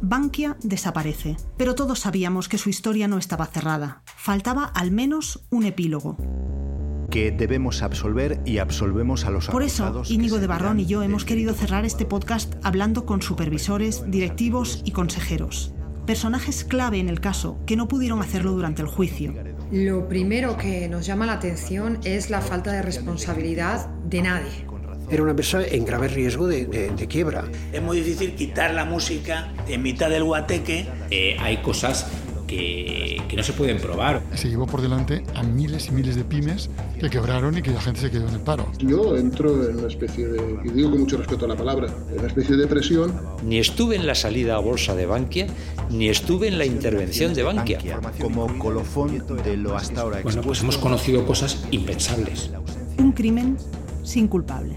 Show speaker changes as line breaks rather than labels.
Bankia desaparece, pero todos sabíamos que su historia no estaba cerrada. Faltaba al menos un epílogo.
que debemos absolver y absolvemos a los
Por eso,
acusados que
Íñigo
se
de Barrón y yo
enteran
hemos
del
querido
delito
cerrar este podcast hablando con supervisores, directivos y consejeros. Personajes clave en el caso que no pudieron hacerlo durante el juicio.
Lo primero que nos llama la atención es la falta de responsabilidad de nadie.
Era una persona en grave riesgo de, de- de quiebra.
Es muy difícil quitar la música en mitad del guateque.
Eh, hay cosas que, que no se pueden probar.
Se llevó por delante a miles y miles de pymes que quebraron y que la gente se quedó en el paro.
Yo entro en una especie de, y digo con mucho respeto a la palabra, en una especie de presión
Ni estuve en la salida a bolsa de Bankia, ni estuve en la intervención de Bankia.
como colofón de lo hasta ahora
Bueno, pues hemos conocido cosas impensables.
Un crimen sin culpable.